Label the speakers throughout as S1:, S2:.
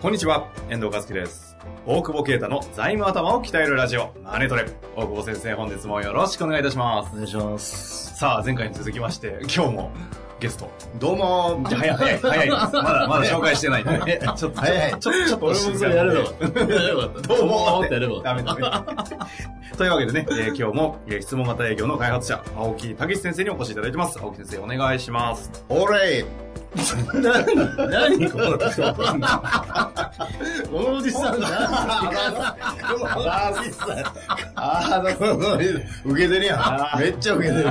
S1: こんにちは、遠藤和樹です。大久保啓太の財務頭を鍛えるラジオ、マネトレ。大久保先生、本日もよろしくお願いいたしま
S2: お願いします。
S1: す。さあ、前回に続きまして、今日もゲスト。どうもじゃあ早い、早い、早いです。まだ、まだ紹介してないんで。ちょっと、
S2: 早い
S1: ちょっと、ちょっと、
S2: 俺もそれやるの。
S1: どうもー
S2: ってやれば。
S1: ダメダメ。というわけでね、えー今日も、えー質問型営業の開発者、青木武先生にお越しいただいてます。青木先生、お願いします。
S3: オレイ
S2: 何この人。このおじさん
S3: ああー、どうも、受けてるやん。めっちゃ受けてる。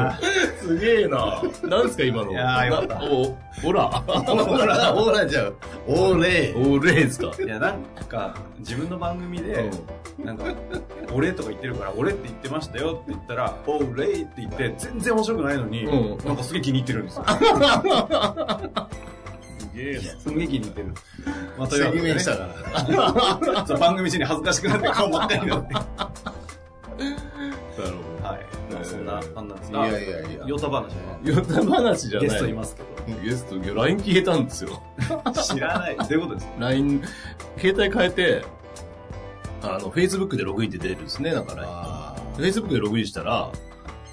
S2: すげえな。なんすか今の。
S1: いやーよかった
S2: お、ほら。
S3: ほら、ほらじゃん。オレイ
S2: おれですか。
S1: いや、なんか、自分の番組で、なんか、俺とか言ってるから、俺って言ってましたよって言ったら、おうれいって言って、全然面白くないのに、
S2: うん
S1: なんかすげえ気に入ってるんですよ。
S2: すげえ
S1: すげえ気に入ってる。まあ、というわけで
S3: 赤
S1: ね
S3: 面したから。
S1: そう番組中に恥ずかしくなって顔ばっかりになって。はい。
S2: な。なるほ
S1: まあ、そんな感じなんです
S3: い
S1: が、
S3: やいやいや。
S1: ヨタ話
S2: ど。よた話じゃ
S1: は
S2: ない。
S1: ゲストいますけど。
S2: ゲスト、LINE 消えたんですよ。
S1: 知らない。どういうことです
S2: LINE、携帯変えて、あの、Facebook でログインって出るんですね、だから。
S3: あ
S2: Facebook でログインしたら、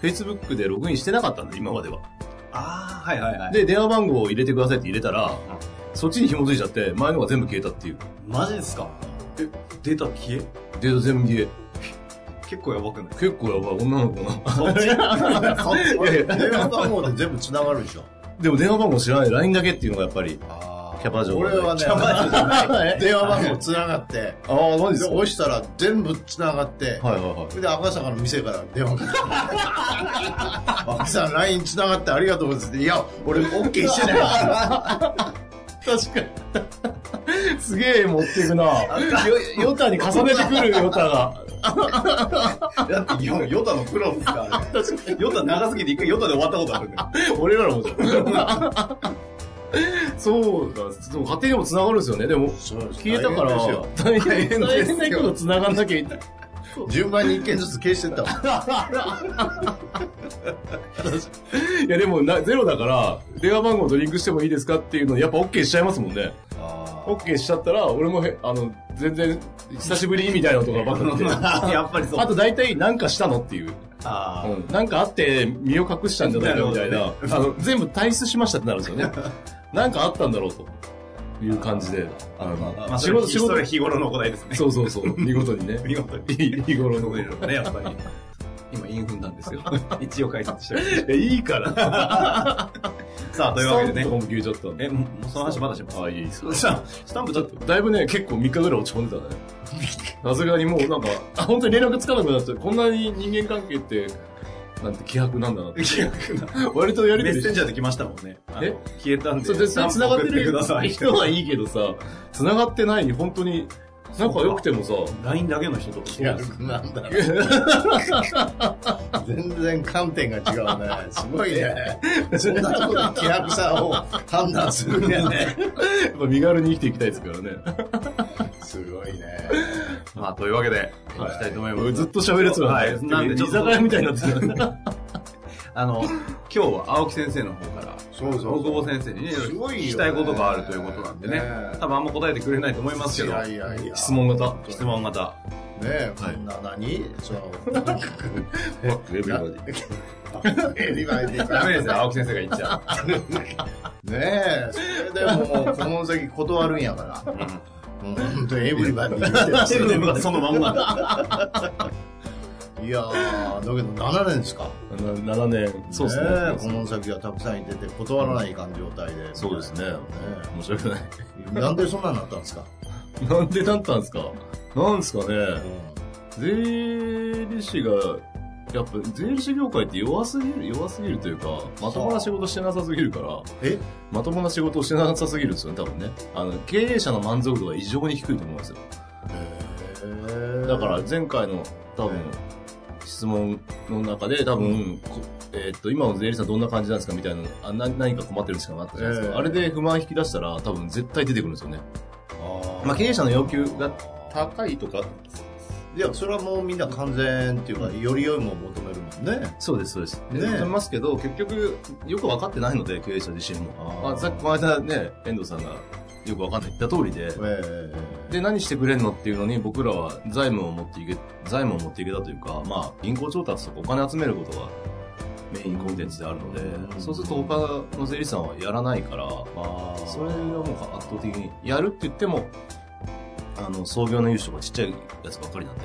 S2: Facebook でログインしてなかったんで、今までは。
S1: ああ、はいはいはい。
S2: で、電話番号を入れてくださいって入れたら、そっちに紐づいちゃって、前のが全部消えたっていう。
S1: マジですかえ、データ消え
S2: データ全部消え。
S1: 結構やばくない
S2: 結構やばい、女の子が。
S1: そっち
S3: ーそっち
S2: いやいや
S3: 電話番号で全部繋がるでしょ。
S2: でも電話番号知らない、LINE だけっていうのがやっぱり。
S3: あー
S2: キャバ嬢
S3: 俺はね
S1: キャバ嬢じゃない。
S2: はい
S3: 電話番号繋がって、
S2: ああ、マジ
S3: で
S2: ですか
S3: 押したら全部繋がって、
S2: はいはいはい。
S3: それで赤坂の店から電話 かかってきて赤さん LINE 繋がってありがとうございます。いや、俺 OK してないから。
S2: 確かに。すげえ持っていくなよ、ヨタに重ねてくるヨタが。
S1: だって日本、ヨタのプロですからね。 ヨタ長すぎて一回ヨタで終わったことあるんだよ。
S2: 俺らもじゃん。 そうだ、でも勝手にも繋がるんですよね。でも、消えたから、大変大変だけど繋がんなきゃいけない。
S3: 順番に一件ずつ消してったわ。
S2: いやでもな、ゼロだから、電話番号ドリンクしてもいいですかっていうのやっぱ OK しちゃいますもんね。OK しちゃったら、俺もへ、あの、全然、久しぶりみたいなことがばっかりって。
S1: やっぱ りそう。
S2: あと大体なんかしたのっていう。
S1: あ
S2: うんなんかあって身を隠したんじゃないのみたい
S1: な
S2: な
S1: る。ほ
S2: あの、全部退出しましたってなるんですよね。 なんかあったんだろうと。いう感じで。あの
S1: ーまあ、仕事、仕事は日頃のお題ですね。
S2: そうそうそう。 見事 にね。
S1: 見事に。
S2: いい日頃の。
S1: いね、やっぱり。今、インフンなんです けど。一応解説してる。
S2: いやいいから。
S1: さあ、というわけでね。
S2: スタンプとかも消えちゃったんで
S1: え、もうその話まだします。
S2: あ、いいです。
S1: さあ、スタンプちょ っと。
S2: だいぶね、結構3日ぐらい落ち込んでたね。さすがにもうなんか、あ本当に連絡つかなくなっちゃって、こんなに人間関係って、なんて希薄なんだなって。割とやり
S1: メ
S2: と
S1: ッ
S2: り
S1: セ
S2: し
S1: ンジ
S2: て。
S1: ャー で来ましたもんね。あの
S2: え
S1: 消えたんで。
S2: そうで、繋
S1: スタンプ
S2: がって
S1: 送くださ
S2: る
S1: い
S2: 人はいいけどさ、繋がってない、本当に、仲良くてもさ、
S1: LINE だけの人とか。
S3: 気軽くなんだろ う。全然観点が違うね。すごいね。そんなところで気楽さを判断するんやね。
S2: やっぱ身軽に生きていきたいですからね。
S3: すごいね。
S1: まあ、というわけで、行きたいと思います。
S2: ずっと喋るやつは
S1: は
S2: ね
S1: い。なんで、ちょっと
S2: 居酒屋みたいになってる。
S1: あの、今日は青木先生の方から、
S3: そうそうそう
S1: 大久保先生にね、いろい
S3: す
S1: ろ
S3: ごいよね
S1: 聞きたいことがあるということなんでね
S3: ね。
S1: 多分あんま答えてくれないと思いますけ
S3: い
S1: ど、
S3: やいやいや。
S2: 質問型。
S1: 質問型。
S3: ねえ、こんな何その、エリバイディ
S1: ダメですよ、青木先生が言っちゃ
S3: ねえ、それでもうこの先断るんやから。もう本当にエブリバディ言ってま
S1: う。
S3: す
S1: シェ
S3: よ
S1: ルデムがそのまんまだ。
S3: いやー、だけど7年ですか。
S2: あの7年。そうですね。
S3: えこの先はたくさんいてて、断らないかん状態で。
S2: そうですね。面白くない。
S3: ねなんでそんなになったんですか、
S2: なんでだったんですかなんですかね。税理士がやっぱ税理士業界って弱すぎる、弱すぎるというか、まともな仕事してなさすぎるから、
S3: え
S2: まともな仕事をしてなさすぎるんですよね、多分ね。あの、経営者の満足度が異常に低いと思うんですよ。だから前回の多分、質問の中で多分、こえーっと、今の税理士さんどんな感じなんですかみたいな、あな何か困ってるんですかなったじゃないですか。
S3: ええ
S2: あれで不満引き出したら多分絶対出てくるんですよね。
S3: あー
S2: まあ経営者の要求が高いとか、
S3: いやそれはもうみんな完全っていうかより良いものを求めるもんね
S2: そうです、そうです。
S3: ね
S2: ね、えますけど、結局、よく分かってないので、経営者自身も。
S3: あー
S2: まあ、さっきこの間ね、遠藤さんがよく分かんない言った通りで
S3: え、え
S2: で、何してくれんのっていうのに、僕らは財務を持っていけ、財務を持っていけたというか、まあ、銀行調達とかお金集めることがメインコンテンツであるので、
S3: うん
S2: そうすると他の税理士さんはやらないから、
S3: ああ
S2: それはもう圧倒的に、やるって言っても、あの、創業の融資とかちっちゃいやつばっかりなんで、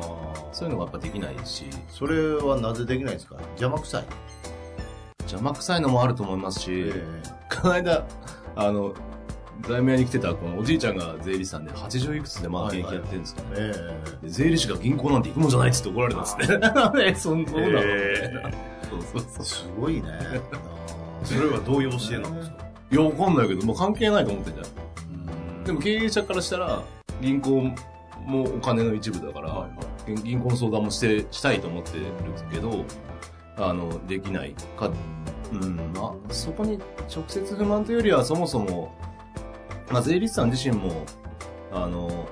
S3: あ
S2: そういうのがやっぱできないし、
S3: それはなぜできないんですか邪魔くさい
S2: 邪魔くさいのもあると思いますし、
S3: え
S2: この間、あの、財務屋に来てたこのおじいちゃんが税理士さんで、80いくつでまあ現役やってるんですかね。
S3: ええ
S2: で税理士が銀行なんて行くもんじゃないっつって怒られたんですね。え、そんなことだろう、そうそう
S3: えすごいね
S1: それはどういう教えなんですか
S2: いや、わかんないけど、もう関係ないと思ってんじゃん。で
S3: も
S2: も経営者からしたら、銀行もお金の一部だから、銀行の相談もして、したいと思ってるけど、あの、できないか、うん、まあ、そこに直接不満というよりは、そもそも、まあ、税理士さん自身も、あの、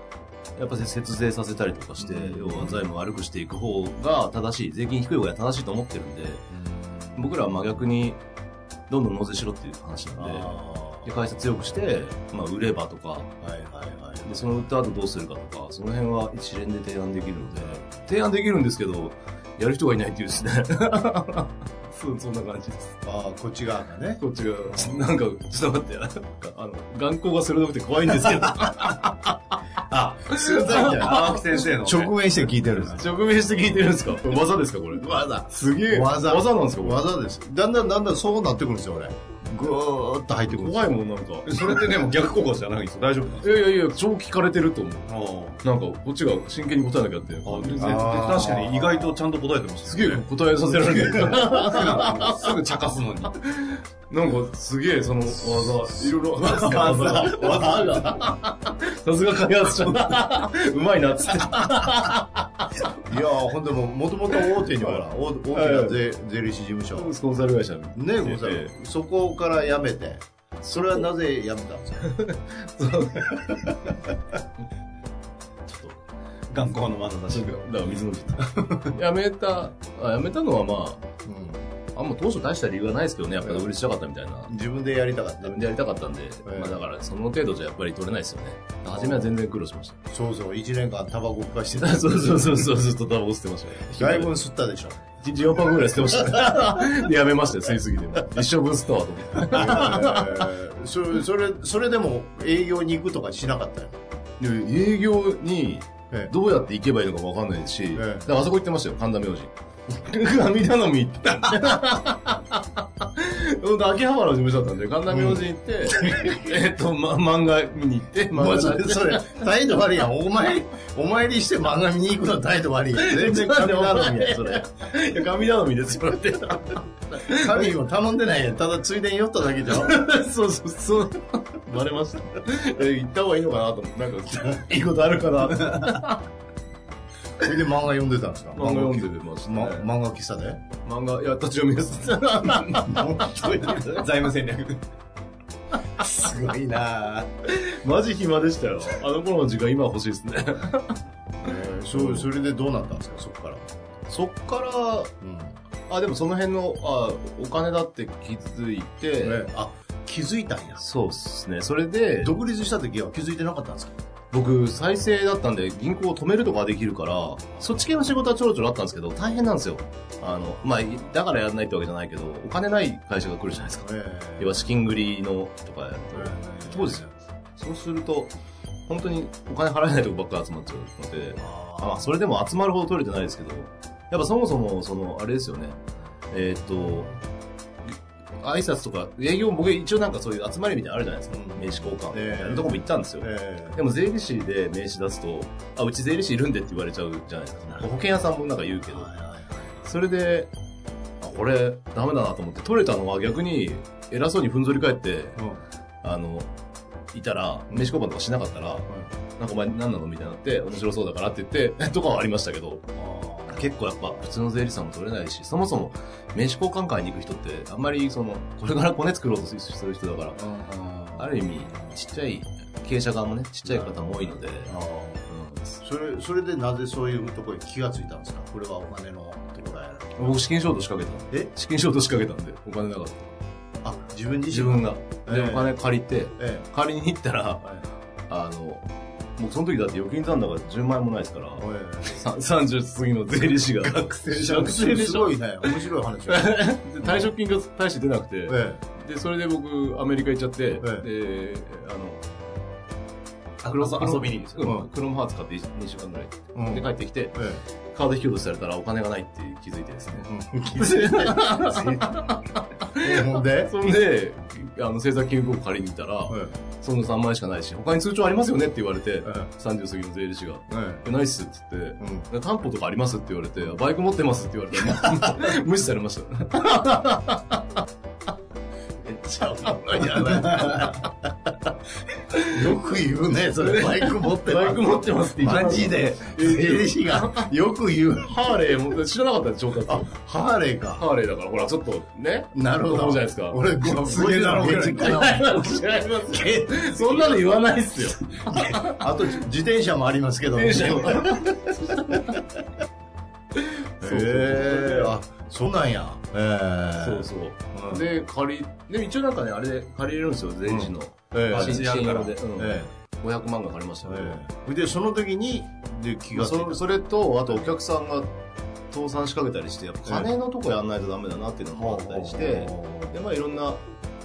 S2: やっぱり節税させたりとかして、
S3: うん
S2: 要は財務を悪くしていく方が正しい、税金低い方が正しいと思ってるんで、僕らは真逆に、どんどん納税しろっていう話
S3: あ
S2: なんで、
S3: あ
S2: で、会社強くして、まあ、売ればとか、
S3: はいはいはい
S2: で、その売った後どうするかとか、その辺は一連で提案できるので、提案できるんですけど、やる人がいないっていうですね。 そう、そんな感じです。
S3: ああこっち側がね
S2: こっちが、 なんか、ちょっと待って、なんか、あの、眼光が鋭くて怖いんです けど、
S3: すごいじゃない
S1: 青木先生のね
S3: 直面して聞いてるんです
S2: 直面して聞いてるんですかこれ技ですかこれ。
S3: 技
S2: すげえ。
S3: 技
S2: 技なんですかこれ
S3: 技ですだんだんだんだんそうなってくるんですよ俺ぐーっと入ってくるんです
S2: 怖
S3: よ
S2: いもん、なんか。
S1: それってね、もう逆効果じゃないんですよ。大丈夫なんで
S2: いやいやいや、超聞かれてると思う。
S1: すよ。
S2: なんか、こっちが真剣に答えなきゃって。
S1: ああ全然
S3: あー
S1: 確かに意外とちゃんと答えてました
S2: すげえ
S1: ね。
S2: 答えさせられ る。
S1: すぐ茶化すのに。
S2: なんか、すげえ、その技、いろいろ。技
S3: 技
S2: が。さすが開発者。うまいな、つって。
S3: いやーほんでももともと大手にほら大大きな税税理士事務所
S2: スポンサル会社。
S3: ねごめんなさい
S2: え
S3: そこから辞めてそれはなぜ辞めたんですか
S1: 眼光のまなざし。
S2: だから水飲んじゃった。辞めた、あ辞めたのはまあ、あんま当初大した理由はないですけどね、やっぱり独立したかったみたいな
S3: うん。自分でやりたかった
S2: 自分でやりたかったんで、
S3: え
S2: まあだからその程度じゃやっぱり取れないですよね。初めは全然苦労しま し
S3: そうそう1年間タバコふかしてた
S2: た。 そうそうそうそう、ずっとタバコ吸ってましたね。
S3: だいぶ吸ったでしょ
S2: 一日4パックぐらい捨てました、 ね。で、やめましたよ、吸いすぎても。一生分吸ったわ、と思って。
S3: えーそれそれそれでも営業に行くとかしなかったよ
S2: で営業に
S3: ええ
S2: どうやって行けばいいのか分かんないですし、
S3: え
S2: だからあそこ行ってましたよ、神田明 神。神頼み行 った。ほんと秋葉原の事務所だったんで、神田明神行って、 えっと、ま、漫画見に行って、漫
S3: も
S2: 画
S3: うそれそれ態度悪いやんお前お参りして漫画見に行くの態度悪いや ん全然神頼みやんそれ
S2: いや神頼みですよ、って。
S3: 神も頼んでないやんただついでに酔っただけじゃ ん
S2: そうそう、そう。バレました。 え行った方がいいのかなと思って、なんか、 いいことあるかなって。
S3: それで漫画読んでたんですか
S2: 漫画読んでましたね
S3: ま漫画喫茶で
S2: 漫画、いや、立ち読みです。
S1: 財務戦略。
S3: すごいなぁ
S2: マジ暇でしたよ。あの頃の時間今欲しいですね。
S3: そうそれでどうなったんですかそこから、
S2: そっから、
S3: うん
S2: あ、でもその辺の、あ、お金だって気づいて、
S3: ねあ気づいたんや
S2: そうですね。それで、
S3: 独立した時は気づいてなかったんですか
S2: 僕、再生だったんで、銀行を止めるとかできるから、そっち系の仕事はちょろちょろあったんですけど、大変なんですよ。あの、まあ、いだからやらないってわけじゃないけど、お金ない会社が来るじゃないですか。
S3: ええ
S2: 要は資金繰りのとかやると。当時です
S3: よ
S2: よそうすると、本当にお金払えないとこばっか集まっちゃうので、あま
S3: あ
S2: あ、それでも集まるほど取れてないですけど、やっぱそもそも、その、あれですよね。えーっと、挨拶とか、営業も僕一応なんかそういう集まりみたいなのあるじゃないですか。
S3: うん
S2: 名刺交換。
S3: ええ
S2: やるとこも行ったんですよ。
S3: え
S2: でも税理士で名刺出すと、あ、うち税理士いるんでって言われちゃうじゃないですか。保険屋さんもなんか言うけ
S3: え
S2: ど、それで、あこれ、ダメだなと思って、取れたのは逆に、偉そうにふんぞり返って、あの、いたら、飯交番とかしなかったら、なんかお前何なのみたいになって、面白そうだからって言って、とかはありましたけど、結構やっぱ普通の税理士さんも取れないし、そもそも名刺交換会に行く人って、あんまりその、これからコネ作ろうとする人だから、ある意味、ちっちゃい、経営者側もね、ちっちゃい方も多いので、
S3: それそれでなぜそういうところに気がついたんですかこれはお金のところやな
S2: うん僕資金ショート仕掛けたんで、
S3: え
S2: 資金ショート仕掛けたんで、お金なかった。
S3: あ自分自
S2: 自
S3: 身
S2: 分が。で、
S3: ええ
S2: お金借りて、
S3: え
S2: 借りに行ったら
S3: え、はい
S2: あの、僕その時だって預金残高10万円もないですから、
S3: おい
S2: さ30過ぎの税理士が。学生
S3: 学生すごいね面白い話だ え
S2: で退職金が大して出なくて、
S3: え
S2: で、それで僕、アメリカ行っちゃって、で、あの、クロ
S3: あ
S2: 遊びに、
S3: うん
S2: クロムハーツ買って2週間ぐらい。
S3: うん
S2: で、帰ってきて、
S3: え
S2: カード引き落としされたらお金がないって気づいてですね。
S3: え気づいてええほんで
S2: そんで、あの、政策金融を借りに行ったら、
S3: え
S2: その3万円しかないし、他に通帳ありますよねって言われて
S3: え、え
S2: 30過ぎの税理士が、
S3: ええ
S2: え、ないっすって言って、
S3: う
S2: で
S3: ん
S2: 担保とかありますって言われて、バイク持ってますって言われて、無 視されました。
S3: めっちゃおもろいやな よく言うね、それ。バイク持って
S2: バイク 持ってますって言って
S3: マジで。税理士がよく言う。
S2: ハーレーも、知らなかったです、調達。
S3: ハーレーか。
S2: ハーレーだから、ほら、ちょっとね。
S3: なるほ
S2: 思
S3: ど。
S2: うじゃないですか。
S3: 俺、ごすげえだろ、
S2: 違い
S3: ゲ
S2: ま
S3: チ
S2: す
S3: か。
S2: そんなの言わないっすよ。
S3: あと、自自転車もありますけど。
S2: 自転車そうそう
S3: ええ、あ、そうなんや。ええ。
S2: そうそうう。
S3: ん
S2: で、借り、でも一応なんかね、あれで借りれるんですよ、税理士の。
S3: ええ
S2: あ
S1: 信用
S2: 信用
S1: で
S2: で。うん
S3: え
S2: 500万が借りました
S3: え
S2: ね。
S3: ええ。で、その時に、で、気がつい
S2: そ
S3: た。
S2: それと、あとお客さんが倒産しかけたりして、やっぱ金のとこやんないとダメだなっていうのもあったりして、で、まあいろんな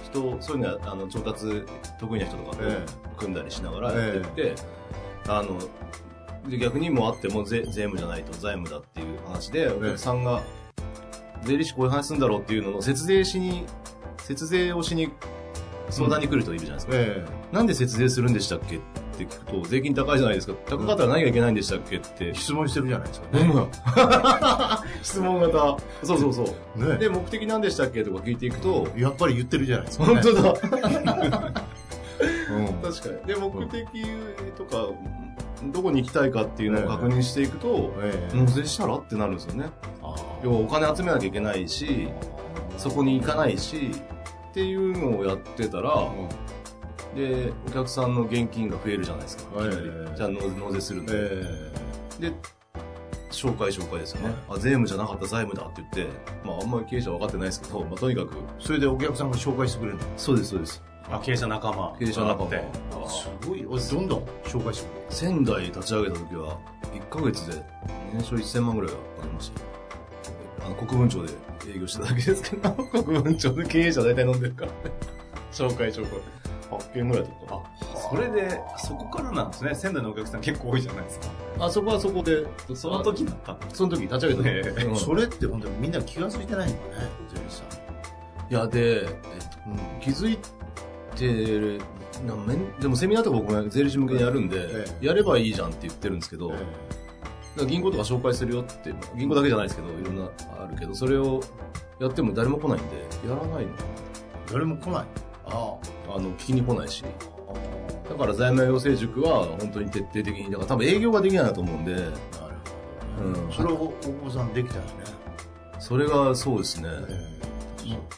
S2: 人、そういうのは、あの、調達得意な人とか
S3: え
S2: 組んだりしながらやってって、あの、で逆にもうあっても税税務じゃないと財務だっていう話で、お客さんが、税理士こういう話するんだろうっていうのの節税しに、節税をしに相談に来る人いるじゃないですか。
S3: え
S2: なんで節税するんでしたっけって聞くと、税金高いじゃないですか。高かったら何がいけないんでしたっけって
S3: え。質問してるじゃないですか
S2: う
S3: ね。
S2: ん質問型。そうそうそう。
S3: ね
S2: で、目的何でしたっけとか聞いていくと、
S3: やっぱり言ってるじゃないですか、
S2: 本当
S3: だ。
S2: だ。
S3: うん。
S2: 確かに。で、目的とか、どこに行きたいかっていうのを確認していくと、
S3: ええ
S2: 納税したらってなるんですよね。
S3: あー
S2: 要はお金集めなきゃいけないし、そこに行かないし、っていうのをやってたら、で、お客さんの現金が増えるじゃないですか。
S3: ええ
S2: いきなりじゃあ納納税するんで。
S3: え
S2: で、紹介紹介ですよね。あ、税務じゃなかった財務だって言って、まああんまり経営者は分かってないですけど、まあとにかく、
S3: えそれでお客さんが紹介してくれるの
S2: そうです、そうです。
S1: あ経営者仲間
S2: 経営者仲間
S1: だって
S3: すごいよどんどん紹介してくれる
S2: 仙台立ち上げた時は、1ヶ月で年商1000万ぐらいはありました。あの、国分町で営業しただけですけど、 国分町の経営者大体飲んでるから、ね、紹介紹介。8件ぐらいとか。
S1: それでそこからなんですね仙台のお客さん結構多いじゃないですか
S2: あ、そこはそこで、そ
S1: その時だったの
S2: その時立ち上げた時、うん
S3: それって本当にみんな気が付いてないんだねゼリーさん
S2: いや、で、えっと、気づいてる、なめんでもセミナーとか僕も税理士向けにやるんで、
S3: え
S2: やればいいじゃんって言ってるんですけど、だ
S3: え
S2: から銀行とか紹介するよって、まあ銀行だけじゃないですけど、いろんなあるけど、それをやっても誰も来ないんで、やらないの。
S3: え誰も来ないあ
S2: あの、聞きに来ないし。だから財務養成塾は本当に徹底的に、だから多分営業ができないなと思うんで、
S3: あなる
S2: う
S3: ほど、
S2: ん、
S3: それをお子さんできたよね、
S2: それがそうですね。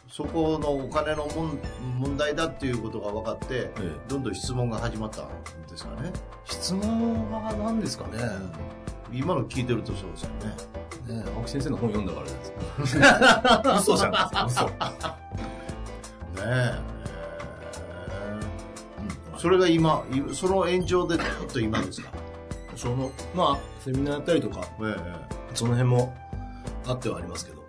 S3: そこのお金のもん問題だっていうことが分かって、
S2: ええ
S3: どんどん質問が始まったんですかね、
S2: 質問は何ですかね。
S3: 今の聞いてるとそうですよね
S2: ね青木先生の本読んだからです。
S1: 嘘じゃない ですか
S3: ねえ、それが今いその延長でずっと今ですか、
S2: その、まあ、セミナーやったりとか、
S3: ええ
S2: その辺もあってはありますけど、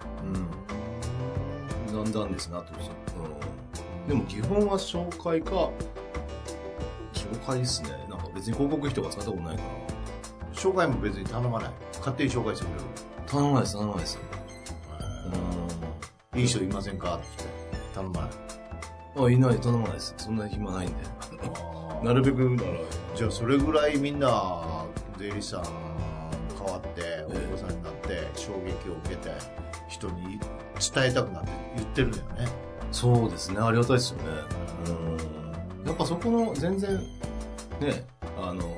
S2: うん、だんだんですなと、うん、でも基本は紹介か紹介ですねなんか別に広告費とか使ったことないか
S3: 紹介も別に頼まない勝手に紹介してくれる、
S2: ら頼まないです頼まないです
S3: いい人いませんかって言って頼まない
S2: うんあいない頼まないですそんな暇ないんでなるべくなら
S3: じゃあそれぐらいみんな税理士さん変わってお子さんになって衝撃を受けて人に伝えたくなって言ってるんだよね。
S2: そうですね、ありがたいですよね。うん。やっぱそこの全然、ね、あの、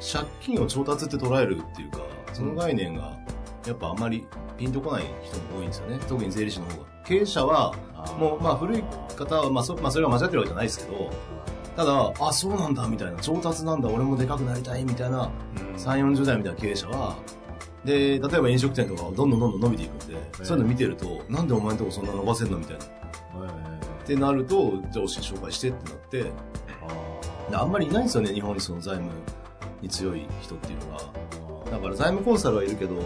S2: 借金を調達って捉えるっていうか、その概念が、やっぱあまりピンとこない人も多いんですよね。特に税理士の方が。経営者は、もう、まあ古い方は、まあそ、まあ、それが間違ってるわけじゃないですけど、ただ、あ、そうなんだ、みたいな、調達なんだ、俺もでかくなりたい、みたいな、3、40代みたいな経営者は、で、例えば飲食店とかはどんどんどんどん伸びていくんで、そういうの見てると、なんでお前んとこそんな伸ばせんのみたいな。ってなると上司に紹介してってなってであんまりいないんですよね日本にその財務に強い人っていうのがだから財務コンサルはいるけど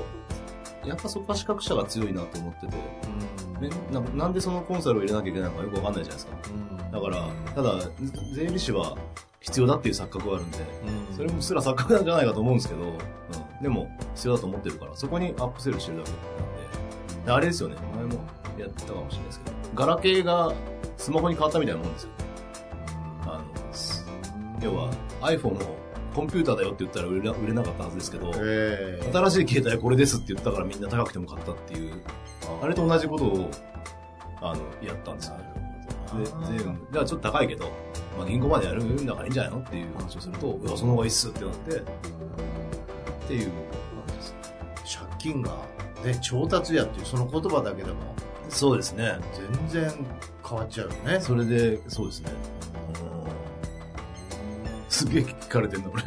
S2: やっぱそこは資格者が強いなと思ってて、ね、ななんでそのコンサルを入れなきゃいけないのかよくわかんないじゃないですかだからただ税理士は必要だっていう錯覚があるんでそれもすら錯覚なんじゃないかと思うんですけど、うん、でも必要だと思ってるからそこにアップセルしてるだけなんでであれですよね前もやってたかもしれないですけどガラケーがスマホに変わったみたいなもんですよ。あの、す要は iPhone をコンピューターだよって言ったら売れな売れなかったはずですけど、
S3: ええ
S2: 新しい携帯はこれですって言ったからみんな高くても買ったっていう、あれと同じことを、あの、やったんですよ。で、全部。じゃあちょっと高いけど、まあ銀行までやるんだからいいんじゃないのっていう話をすると、うわ、その方がいいっすってなって、っていう感じです。
S3: 借金が、ね、調達やっていうその言葉だけでも
S2: そうですね。
S3: 全然変わっちゃうよね。
S2: それで、そうですね。すげえ聞かれてんだ、俺。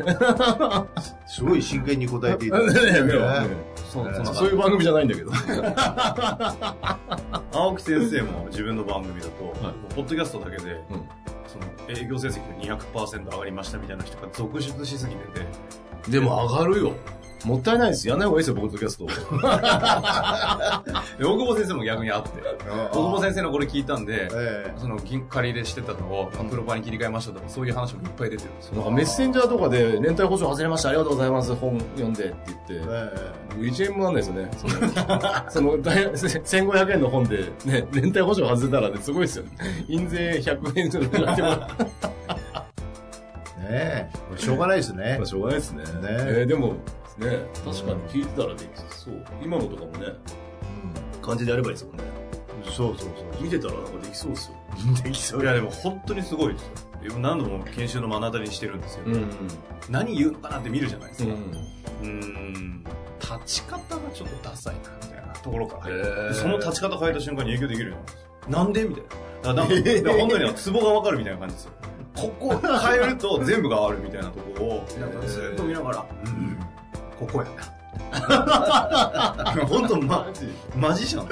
S3: すごい真剣に答えていた だい
S2: ね
S3: て、
S2: え
S3: ね。
S2: そ
S3: ね
S2: うそうそういう番組じゃないんだけど。
S1: 青木先生も自分の番組だと、
S2: はい
S1: もうポッドキャストだけで、その営業成績が200%上がりましたみたいな人が続出しすぎてて、
S2: でも上がるよ。 もったいないです。やんない方がいいですよ、ポッドキャスト。
S1: で大久保先生も逆にあって、大久保先生のこれ聞いたんで、
S3: え
S1: その銀借り入れしてたのをアプロパに切り替えましたとか、そういう話もいっぱい出てるんです
S2: なん
S1: よ。
S2: かメッセンジャーとかで、連帯保証外れました、ありがとうございます、本読んでって言
S3: え
S2: って。
S3: え
S2: 1円もなんないですよ ね。そのその、大1500円の本で、ね、連帯保証外れたらね、すごいですよね。印税100円とかやって もらって
S3: えねえこれしょうがないですね
S2: まあ、。しょうがないですね。ねえーでも、ね、確かに聞いてたらできそう。今のとかもね、感じでやればいいですもんね。
S3: うんそうそう
S2: 見てたらなんかできそうですよ。
S3: そう。できそう
S1: いやでも本当にすごいですよ。でも何度も研修の真中にしてるんですよ。
S2: ん。
S1: 何言うのかなって見るじゃないです
S2: う
S1: か。
S2: ん。
S1: うーん立ち方がちょっとダサいなみたいなところから入って、
S2: へー
S1: その立ち方変えた瞬間に影響できるようになるんですよなんでみたいな。 だからなんか、だから本当にツボがわかるみたいな感じですよ。ここを変えると全部が変わるみたいなところを、なんかずっと見ながら、うん、ここやな。 本当マジ、マジじゃん。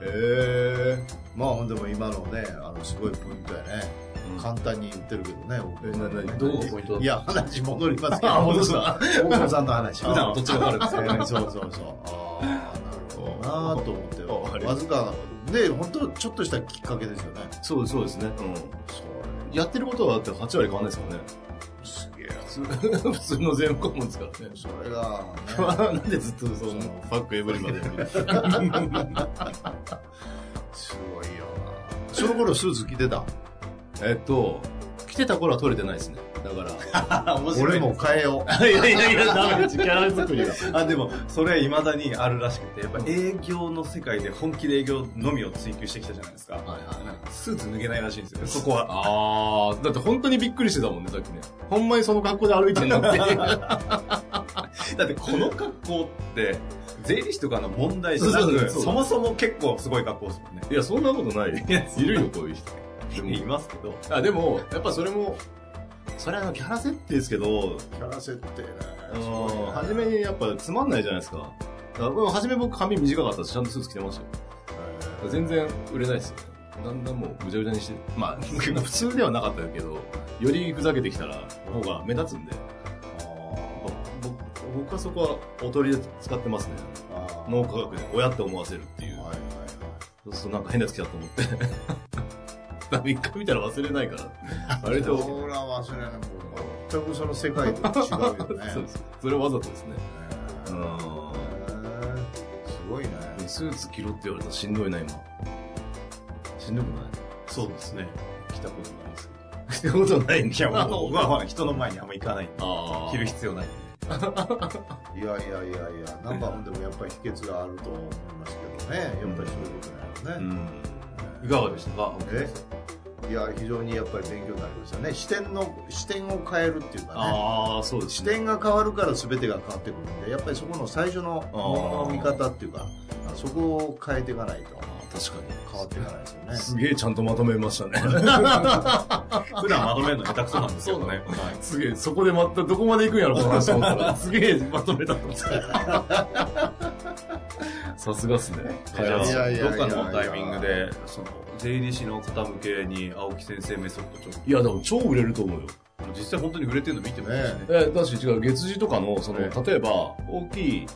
S3: ええまあほんでも今のね、あのすごいポイントやね。簡単に言ってるけどね。
S2: えななどこがポイントだ
S3: いや、話戻りますけど。
S2: あ戻した。
S3: 大久保さんの話。
S1: 普段はどっちがわかるんです
S3: え
S1: か
S3: ーそうそうそう。ああ、なるほどなーと思っ
S2: あ
S3: て
S2: ありが
S3: わずかな。で、本当ちょっとしたきっかけですよね。
S2: そうそうですね。うん。やってることはだって8割変わんないですから ね。
S3: すげえ。
S2: 普通普通の税務顧問ですからね。
S3: それが、ね、
S2: なんでずっとその、ファックエブリまで。
S3: すごいよな。その頃スーツ着てた。
S2: えっ と、来てた頃は取れてないですね。だから。
S3: 俺も変えよう。
S2: いやい やいや、ダメです。キャラ作りが。
S1: あでもそれ未だにあるらしくてやっぱ営業の世界で本気で営業のみを追求してきたじゃないですか、
S2: はいはい
S1: なんかスーツ脱げないらしいんですよそこは
S2: あー、だって本当にびっくりしてたもんね、さっきね。ほんまにその格好で歩いてんだっ て。
S1: だってこの格好って税理士とかの問題じゃな
S2: そうそう
S1: く
S2: そう
S1: そもそも結構すごい格好ですもんね
S2: いや、そんなことない。いるよ、こういう人。でも
S1: いますけど
S2: あ、でも、やっぱそれも、それはあのキャラ設定ですけど、
S3: キャラ設定ね。
S2: 初めにやっぱつまんないじゃないですか。だから僕初め僕髪短かったし、ちゃんとスーツ着てましたよ。全然売れないですよね。だんだんもうぐちゃぐちゃにして、まあ、 普通ではなかったけど、よりふざけてきたら、方が目立つんで、僕僕はそこはおとりで使ってますね。脳科学で親って思わせるっていう。そうするとなんか変なやつ来たと思って。 一回見たら忘れない から。あれと、
S3: そら忘れない。もう全くその世界と違うよ ね。
S2: そうです。それはわざとですね。
S3: う
S2: うんん。
S3: すごいね。
S2: スーツ着ろって言われたらしんどいな、今。しんどくない
S1: そうですね
S2: 着たことないです着たことないん
S1: いやもう僕はほら人の前にあんま行かないんで
S2: ああ。
S1: 着る必要ない
S3: いやいやいやいや、なんかほんでもやっぱり秘訣があると思いますけど。ねやっぱりそういうことなのね、
S1: いかがでしたか
S3: えいや非常にやっぱり勉強になりましたね視点の視点を変えるっていうかね
S1: ああ、そうです
S3: 視
S1: ね。
S3: 点が変わるから全てが変わってくるんでやっぱりそこの最初のものの見方っていうかそこを変えていかないと
S2: 確かに。
S3: 変わっていかないですよね
S2: すげえちゃんとまとめましたね。
S1: 普段まとめるの下手くそなんですけどね。はい
S2: すげえ、そこでまたどこまで行くんやろ、この話と思ったら。 すげえまとめたと思って。さすがっすね。
S1: じゃあ
S3: いやいやいやいや
S1: どっかのタイミングで、その、税理士の方向けに青木先生メソッドちょっと
S2: いや、でも超売れると思うよ。
S1: 実際本当に売れてるの見てもいいしね
S3: ね
S2: え、だし違う、月次とかの、その、
S3: え
S2: 例えば、大きい、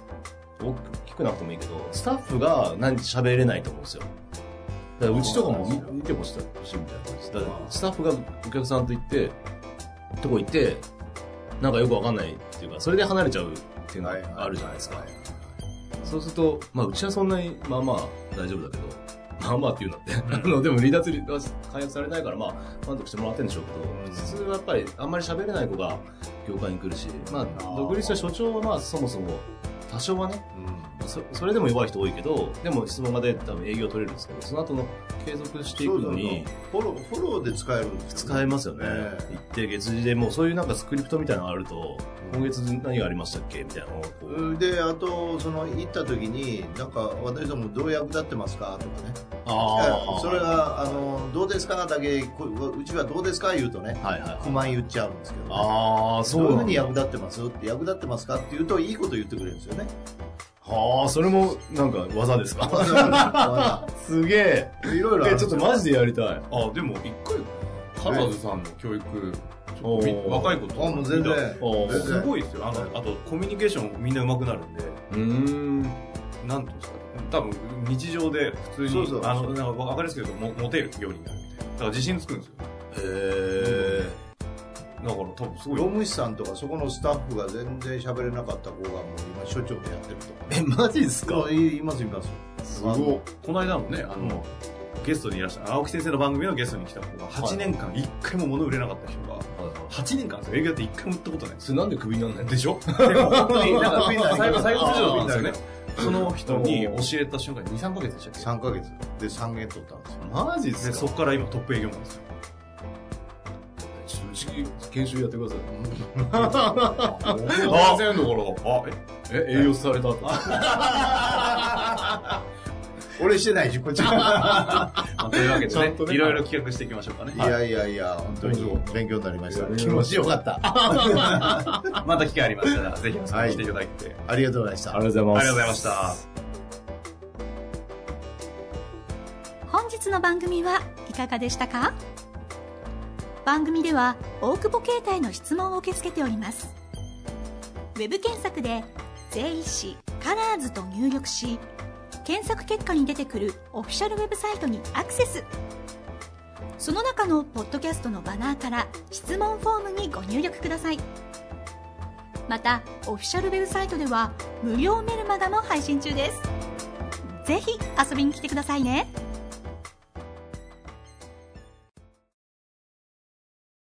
S2: 大きくなくてもいいけど、スタッフが何喋れないと思うんですよ。だからうちとかも
S3: そう
S2: 見
S3: なんですよ
S2: 見てほしいみたいな感じです。だからスタッフがお客さんと行って、とこ行って、なんかよくわかんないっていうか、それで離れちゃうっていうの
S3: はいはい
S2: があるじゃないですか。そうすると、まあ、うちはそんなに、まあまあ、大丈夫だけど、まあまあって言うなって。あの、でも離脱率は解約されないから、まあ、満足してもらってるんでしょうけど、普通はやっぱり、あんまり喋れない子が業界に来るし、まあ、
S3: ー
S2: 独立した所長はまあ、そもそも、多少はね、そそれでも弱い人多いけど、でも質問が出て多分営業取れるんですけど、その後の継続していくのに、
S3: そうそうそうフォローフォローで使えるんですよ
S2: 使えますよね
S3: え。え
S2: 行って月次でもうそういうなんかスクリプトみたいなのがあると、今月何がありましたっけみたいなのをこう
S3: であとその行った時になんか私どもどう役立ってますかとかね
S2: あー
S3: それがあのどうですかだけこううちはどうですか言うとね
S2: はいはいはい
S3: 不満言っちゃうんですけど、ね、
S2: ああ、そ
S3: どういううふ
S2: な
S3: うんに
S2: だ。
S3: 役立ってますって役立ってますかって言うといいこと言ってくれるんですよね
S2: はあ、それもなんか技ですか
S3: わ
S2: すげえ。
S3: ざいろいろあ
S2: え
S3: る
S2: ちょっとマジでやりたい。
S1: あ、でも一回、ハザードさんの教育、ちょっとみ
S2: おー
S1: 若い子と
S3: あもう全然
S1: 見た
S2: お
S3: 全然
S1: すごいですよ。あの、あとコミュニケーションみんな上手くなるんで、
S2: うーん。
S1: なんていうんですかね多分日常で普通に、
S3: そうそう
S1: あの、なんかわかりやすいけど、もモテるようになるみたいな。だから自信つくんですよ。
S2: へえ。
S1: だから多分すご
S3: 労
S1: い。
S3: 務士さんとかそこのスタッフが全然喋れなかった子がもう今所長でやってるとか
S2: え、マジですか
S3: いいいますいます
S2: す
S3: ごい
S2: ご
S1: この間もね、あの、ゲストにいらっしゃる、青木先生の番組のゲストに来た子が、8年間一回も物売れなかった人が、8年間ですよ。営業やって一回も売った ことないんです
S2: それなんでクビになんない
S1: よ。でしょでも本当に、なんか、 最後、最後
S3: あー
S1: のなんですよね。その人に教えた瞬間に2、3ヶ月でしたっ
S3: 3ヶ月で3円取ったんですよ
S2: マジで
S1: けで、
S2: す
S1: そ
S2: か
S1: こから今トップ営業マンですよ。
S2: 正直、研修やってください。
S1: あ、全然だから、あ、え
S2: え、栄養された後。
S3: 俺してないしこっちい
S1: まあというわけ
S2: ちゃん
S1: で
S2: と
S1: ね、
S2: ね
S1: いろいろ企画していきましょうかね。
S3: やいやいや本当に勉強になりました気持ちよかった
S1: また機会ありましたら、ぜひお伝えしていただいて。
S3: ありがとうございました
S2: りがとう
S1: あり
S2: ご
S1: がとうございました。
S4: 本日の番組はいかがでしたか番組では大久保携帯の質問を受け付けておりますウェブ検索で「税理士カラーズと入力し検索結果に出てくるオフィシャルウェブサイトにアクセスその中のポッドキャストのバナーから質問フォームにご入力くださいまたオフィシャルウェブサイトでは無料メルマガも配信中ですぜひ遊びに来てくださいね